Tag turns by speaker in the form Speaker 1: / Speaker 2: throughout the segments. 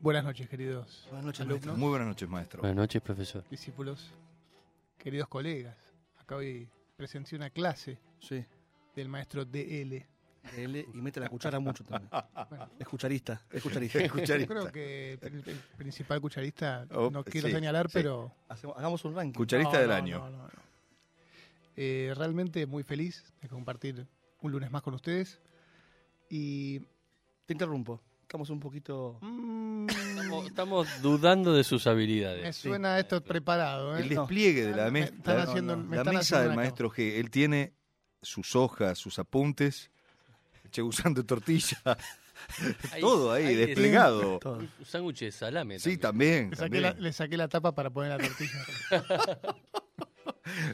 Speaker 1: Buenas noches, queridos
Speaker 2: Buenas noches,
Speaker 1: Alumno.
Speaker 2: maestro. Muy buenas noches, maestro.
Speaker 3: Buenas noches, profesor.
Speaker 1: discípulos, queridos colegas. Acá hoy presencié una clase
Speaker 2: Sí.
Speaker 1: del maestro DL.
Speaker 2: Él y mete la cuchara mucho también.
Speaker 4: Ah,
Speaker 1: Bueno,
Speaker 2: Es cucharista, es cucharista.
Speaker 1: yo
Speaker 4: Cucharista.
Speaker 1: creo que el, el principal cucharista,
Speaker 4: Oh,
Speaker 1: no quiero
Speaker 4: sí,
Speaker 1: señalar,
Speaker 4: sí.
Speaker 1: pero...
Speaker 2: Hacemos- hagamos un ranking.
Speaker 4: Cucharista
Speaker 1: No,
Speaker 4: del
Speaker 1: no,
Speaker 4: año.
Speaker 1: no, no, no. Eh, realmente muy feliz de compartir un lunes más con ustedes. Y...
Speaker 2: Te interrumpo. Estamos un poquito.
Speaker 1: mm,
Speaker 3: Estamos, estamos dudando de sus
Speaker 1: me
Speaker 3: habilidades.
Speaker 1: suena esto preparado. ¿eh?
Speaker 4: El despliegue de la,
Speaker 1: Me
Speaker 4: mesa
Speaker 1: están haciendo- me
Speaker 4: la
Speaker 1: están
Speaker 4: mesa
Speaker 1: haciendo
Speaker 4: del
Speaker 1: una
Speaker 4: maestro G. Él tiene sus hojas, sus apuntes, che usando tortilla,
Speaker 3: Hay-
Speaker 4: todo ahí
Speaker 3: hay de-
Speaker 4: desplegado.
Speaker 2: Todo.
Speaker 3: Un sándwich de salame.
Speaker 4: Sí, también.
Speaker 1: Le saqué, la,
Speaker 4: también.
Speaker 1: le saqué la tapa para poner la tortilla.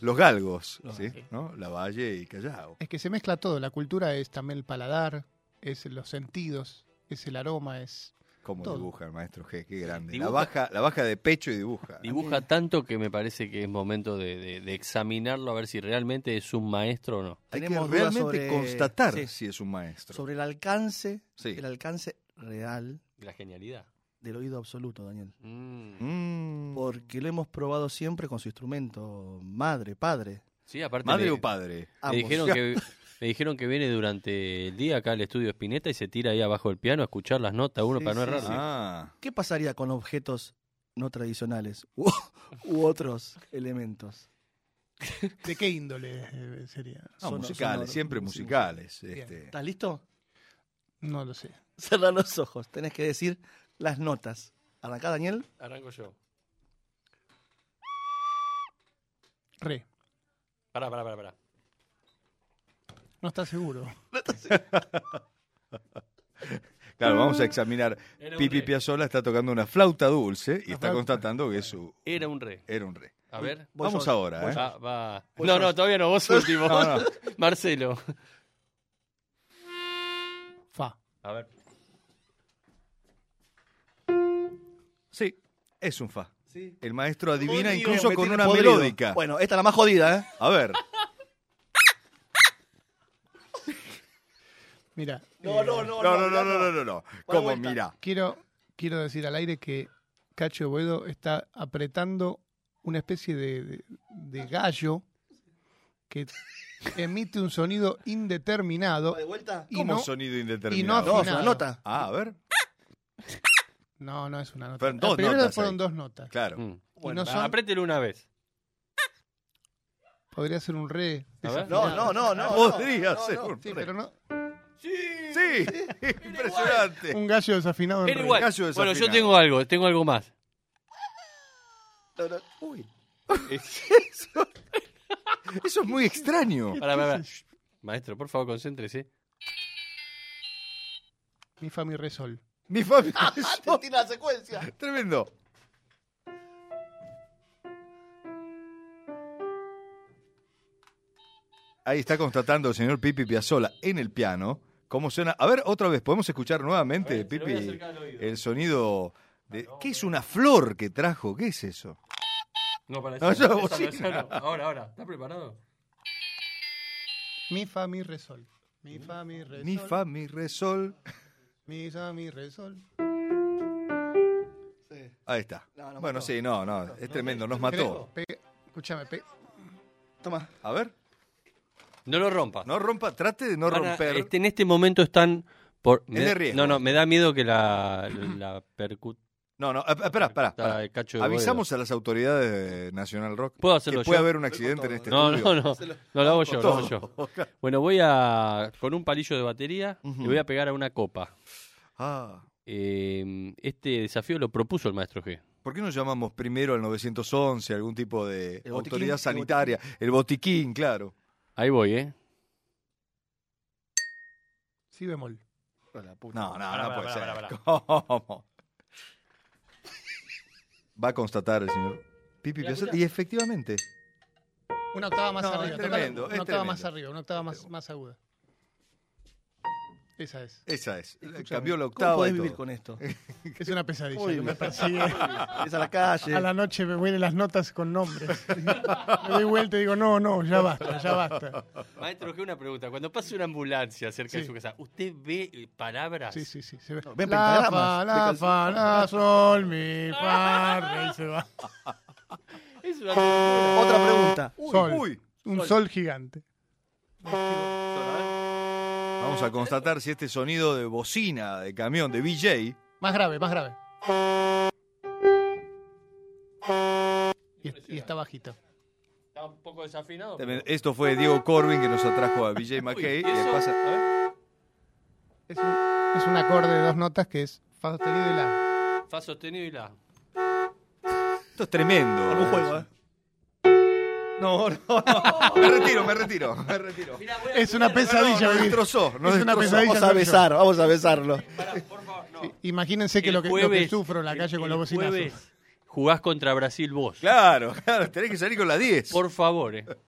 Speaker 4: Los galgos,
Speaker 2: No,
Speaker 4: ¿sí?
Speaker 1: sí.
Speaker 4: ¿No? La Valle y Callao.
Speaker 1: Es que se mezcla todo. La cultura es también el paladar, es los sentidos, es el aroma, es.
Speaker 4: ¿Cómo
Speaker 1: Todo.
Speaker 4: dibuja el maestro G? Qué grande. La
Speaker 3: Dibuja-
Speaker 4: baja, la baja de pecho y dibuja.
Speaker 3: Dibuja tanto que me parece que es momento de, de- de examinarlo a ver si realmente es un maestro o no.
Speaker 4: Hay que
Speaker 2: Tenemos
Speaker 4: realmente
Speaker 2: dudas sobre-
Speaker 4: constatar
Speaker 2: sí.
Speaker 4: si es un maestro.
Speaker 2: Sobre el alcance,
Speaker 4: Sí.
Speaker 2: el alcance real
Speaker 3: La genialidad.
Speaker 2: del oído absoluto, Daniel.
Speaker 3: Mm.
Speaker 4: Mm.
Speaker 2: Porque lo hemos probado siempre con su instrumento madre, padre.
Speaker 3: Sí, aparte
Speaker 4: ¿Madre
Speaker 3: me-
Speaker 4: o padre?
Speaker 3: me
Speaker 2: ambos.
Speaker 3: dijeron, que, me dijeron que viene durante el día acá al estudio Espineta y se tira ahí abajo del piano a escuchar las notas uno
Speaker 2: Sí,
Speaker 3: para no
Speaker 2: sí,
Speaker 3: errar.
Speaker 2: sí.
Speaker 4: Ah,
Speaker 2: ¿Qué pasaría con objetos no tradicionales u, u otros elementos?
Speaker 1: ¿De qué índole eh, sería?
Speaker 4: no,
Speaker 2: Sonor-
Speaker 4: musicales,
Speaker 2: sonoro.
Speaker 4: siempre
Speaker 2: Sí.
Speaker 4: musicales.
Speaker 1: Bien.
Speaker 4: este.
Speaker 2: ¿Estás listo?
Speaker 1: No lo sé.
Speaker 2: Cerra los ojos. Tenés que decir las notas. Arrancá, Daniel.
Speaker 3: Arranco yo.
Speaker 1: Re.
Speaker 3: Pará, pará, pará. pará.
Speaker 1: No está seguro.
Speaker 4: Claro, vamos a examinar.
Speaker 3: Era un
Speaker 4: Pipi
Speaker 3: re.
Speaker 4: Piazzolla está tocando una flauta dulce y
Speaker 1: Una
Speaker 4: está
Speaker 1: flauta.
Speaker 4: constatando que su,
Speaker 3: Era un re.
Speaker 4: era un re.
Speaker 3: A ver.
Speaker 2: Voy
Speaker 4: Vamos
Speaker 2: yo,
Speaker 4: ahora,
Speaker 2: voy
Speaker 4: ¿eh?
Speaker 2: yo.
Speaker 3: Va, va.
Speaker 2: Vos
Speaker 3: No,
Speaker 2: sos-
Speaker 3: no, todavía no, vos último.
Speaker 4: No, no.
Speaker 3: Marcelo.
Speaker 1: Fa.
Speaker 3: A ver.
Speaker 4: Sí, es un fa.
Speaker 2: Sí.
Speaker 4: El maestro adivina
Speaker 2: Jodido,
Speaker 4: incluso
Speaker 2: Oh, me
Speaker 4: con
Speaker 2: tiene
Speaker 4: una
Speaker 2: podrido.
Speaker 4: melódica.
Speaker 2: Bueno, esta es la más jodida, ¿eh?
Speaker 4: A ver,
Speaker 1: Mira.
Speaker 2: No,
Speaker 1: eh,
Speaker 2: no, no.
Speaker 4: no, no, no, no, no, no, Como
Speaker 2: vuelta.
Speaker 4: mira,
Speaker 1: Quiero, quiero decir al aire que Cacho Boedo está apretando una especie de, de- de gallo que emite un sonido indeterminado.
Speaker 2: ¿De vuelta?
Speaker 1: Y
Speaker 4: como
Speaker 1: no-
Speaker 4: sonido
Speaker 1: y no
Speaker 4: indeterminado.
Speaker 2: No, es
Speaker 1: Afinado.
Speaker 2: una nota.
Speaker 4: Ah, a ver,
Speaker 1: No, no es una nota.
Speaker 4: Fueron dos
Speaker 1: La primera
Speaker 4: notas
Speaker 1: fueron
Speaker 4: ahí.
Speaker 1: dos notas.
Speaker 4: claro.
Speaker 3: Mm.
Speaker 1: no son-
Speaker 3: Apriételo una vez.
Speaker 1: Podría ser un re.
Speaker 3: A ver.
Speaker 2: No,
Speaker 1: desafinado.
Speaker 2: no, no, no.
Speaker 4: Podría ser un
Speaker 1: Sí,
Speaker 4: re.
Speaker 1: pero no.
Speaker 4: Sí, impresionante.
Speaker 1: Un gallo desafinado en
Speaker 3: Era
Speaker 1: re.
Speaker 3: igual.
Speaker 4: Gallo
Speaker 3: Bueno, yo
Speaker 4: desafinado.
Speaker 3: tengo algo, tengo algo más.
Speaker 2: no, no. Uy.
Speaker 4: Eso es muy extraño.
Speaker 3: Pará, pará, pará. Maestro, por favor, concéntrese.
Speaker 1: Mi fa, mi re, sol.
Speaker 4: Mi familia
Speaker 2: No tiene la secuencia.
Speaker 4: tremendo. Ahí está constatando el señor Pipi Piazzola en el piano cómo suena. A ver, otra vez, podemos escuchar nuevamente,
Speaker 3: A ver, se lo voy
Speaker 4: Pipi, eh,
Speaker 3: a acercar al oído.
Speaker 4: el sonido de... ¿Qué es una flor que trajo? ¿Qué es eso?
Speaker 3: No, para eso.
Speaker 4: No, yo
Speaker 3: no,
Speaker 4: hago
Speaker 3: esa no,
Speaker 4: así.
Speaker 3: esa no. Ahora, ahora. ¿Está preparado?
Speaker 1: Mi fa, mi re, sol. Mi fa, mi re,
Speaker 4: Mi
Speaker 1: sol.
Speaker 4: fa, mi re, sol.
Speaker 1: Mi fa, mi re, sol.
Speaker 4: Ahí está.
Speaker 2: No, nos
Speaker 4: bueno,
Speaker 2: mató.
Speaker 4: sí, no, no, es tremendo, nos mató.
Speaker 1: Pe- pe- Escúchame, pe-
Speaker 2: Toma.
Speaker 4: A ver,
Speaker 3: No lo rompa.
Speaker 4: no rompa, trate de no
Speaker 3: Van a-
Speaker 4: romper.
Speaker 3: este, en este momento están por. me-
Speaker 4: de riesgo.
Speaker 3: No, no, me da miedo que la, la percuta.
Speaker 4: No, eh, no, ap- espera, espera.
Speaker 3: el cacho de
Speaker 4: Avisamos a las autoridades de National Rock
Speaker 3: ¿Puedo
Speaker 4: que
Speaker 3: hacerlo
Speaker 4: puede
Speaker 3: yo?
Speaker 4: haber un accidente en este
Speaker 3: No,
Speaker 4: estudio.
Speaker 3: no, no. No lo hago yo, lo hago yo.
Speaker 4: Todo.
Speaker 3: Bueno, voy a. Con un palillo de batería
Speaker 4: Ujú.
Speaker 3: le voy a pegar a una copa.
Speaker 4: Ah,
Speaker 3: Eh, este desafío lo propuso el maestro G.
Speaker 4: ¿Por qué no llamamos primero al 911, algún tipo de
Speaker 2: El botiquín,
Speaker 4: autoridad
Speaker 2: el
Speaker 4: sanitaria? El botiquín, claro.
Speaker 3: Ahí voy, ¿eh?
Speaker 1: si bemol.
Speaker 4: No, no,
Speaker 3: Pará,
Speaker 4: no
Speaker 3: pará,
Speaker 4: puede
Speaker 3: pará,
Speaker 4: ser. ¿Cómo? Va a constatar el señor Pipi
Speaker 3: Mira,
Speaker 4: Piazzolla. Y
Speaker 3: escuchá.
Speaker 4: efectivamente.
Speaker 1: Una octava más
Speaker 4: No, es
Speaker 1: arriba. tocalo.
Speaker 4: tremendo, Este- es
Speaker 1: una octava más
Speaker 4: tremendo.
Speaker 1: arriba, una octava más, más aguda. Esa es.
Speaker 4: Esa es.
Speaker 2: Escuchame,
Speaker 4: Cambió la
Speaker 2: ¿Cómo
Speaker 4: octava.
Speaker 2: podés
Speaker 4: y
Speaker 2: vivir
Speaker 4: todo.
Speaker 2: con esto?
Speaker 1: Es una pesadilla
Speaker 2: Uy,
Speaker 1: que me
Speaker 2: me-
Speaker 1: persigue.
Speaker 2: Es a la calle.
Speaker 1: A la noche me huelen las notas con nombres. Me doy vuelta y digo, no, no, ya basta, ya basta.
Speaker 3: Maestro, que una pregunta. Cuando pasa una ambulancia cerca de
Speaker 1: Sí.
Speaker 3: su casa, ¿usted ve eh, palabras?
Speaker 1: Sí, sí, sí. Se ve.
Speaker 2: No, ven
Speaker 1: la,
Speaker 2: pentagramas
Speaker 1: fa,
Speaker 2: de
Speaker 1: la,
Speaker 2: calzón.
Speaker 1: fa, la, sol, mi, fa, re, y se va.
Speaker 3: Es una locura.
Speaker 2: Otra pregunta.
Speaker 4: Uy,
Speaker 1: Sol.
Speaker 4: uy.
Speaker 1: Un sol, gigante.
Speaker 4: Vamos a constatar si este sonido de bocina, de camión, de BJ,
Speaker 1: Más grave, más grave. Y, y está bajito.
Speaker 3: Está un poco desafinado.
Speaker 4: también- esto fue Diego Corbin que nos atrajo a BJ
Speaker 3: Uy,
Speaker 4: McKay.
Speaker 3: ¿y
Speaker 4: y le
Speaker 3: eso?
Speaker 4: pasa-
Speaker 3: A ver.
Speaker 1: Es un, es un acorde de dos notas que es fa sostenido y la.
Speaker 3: Fa sostenido y la.
Speaker 4: Esto es tremendo.
Speaker 2: Algún juego, ¿eh?
Speaker 4: No, no, no. Me retiro, me retiro, me retiro.
Speaker 1: Es una pesadilla.
Speaker 4: No, no, nos
Speaker 1: vivir.
Speaker 4: destrozó, nos
Speaker 1: Es una
Speaker 4: destrozó.
Speaker 1: pesadilla.
Speaker 2: Vamos a besar, vamos a besarlo.
Speaker 1: Sí, Imagínense que
Speaker 3: El
Speaker 1: lo, que lo que
Speaker 3: jueves-
Speaker 1: sufro en la calle con
Speaker 3: el
Speaker 1: los bocinazos.
Speaker 3: jueves jugás contra Brasil vos.
Speaker 4: Claro, claro, tenés que salir con la 10.
Speaker 3: Por favor, eh.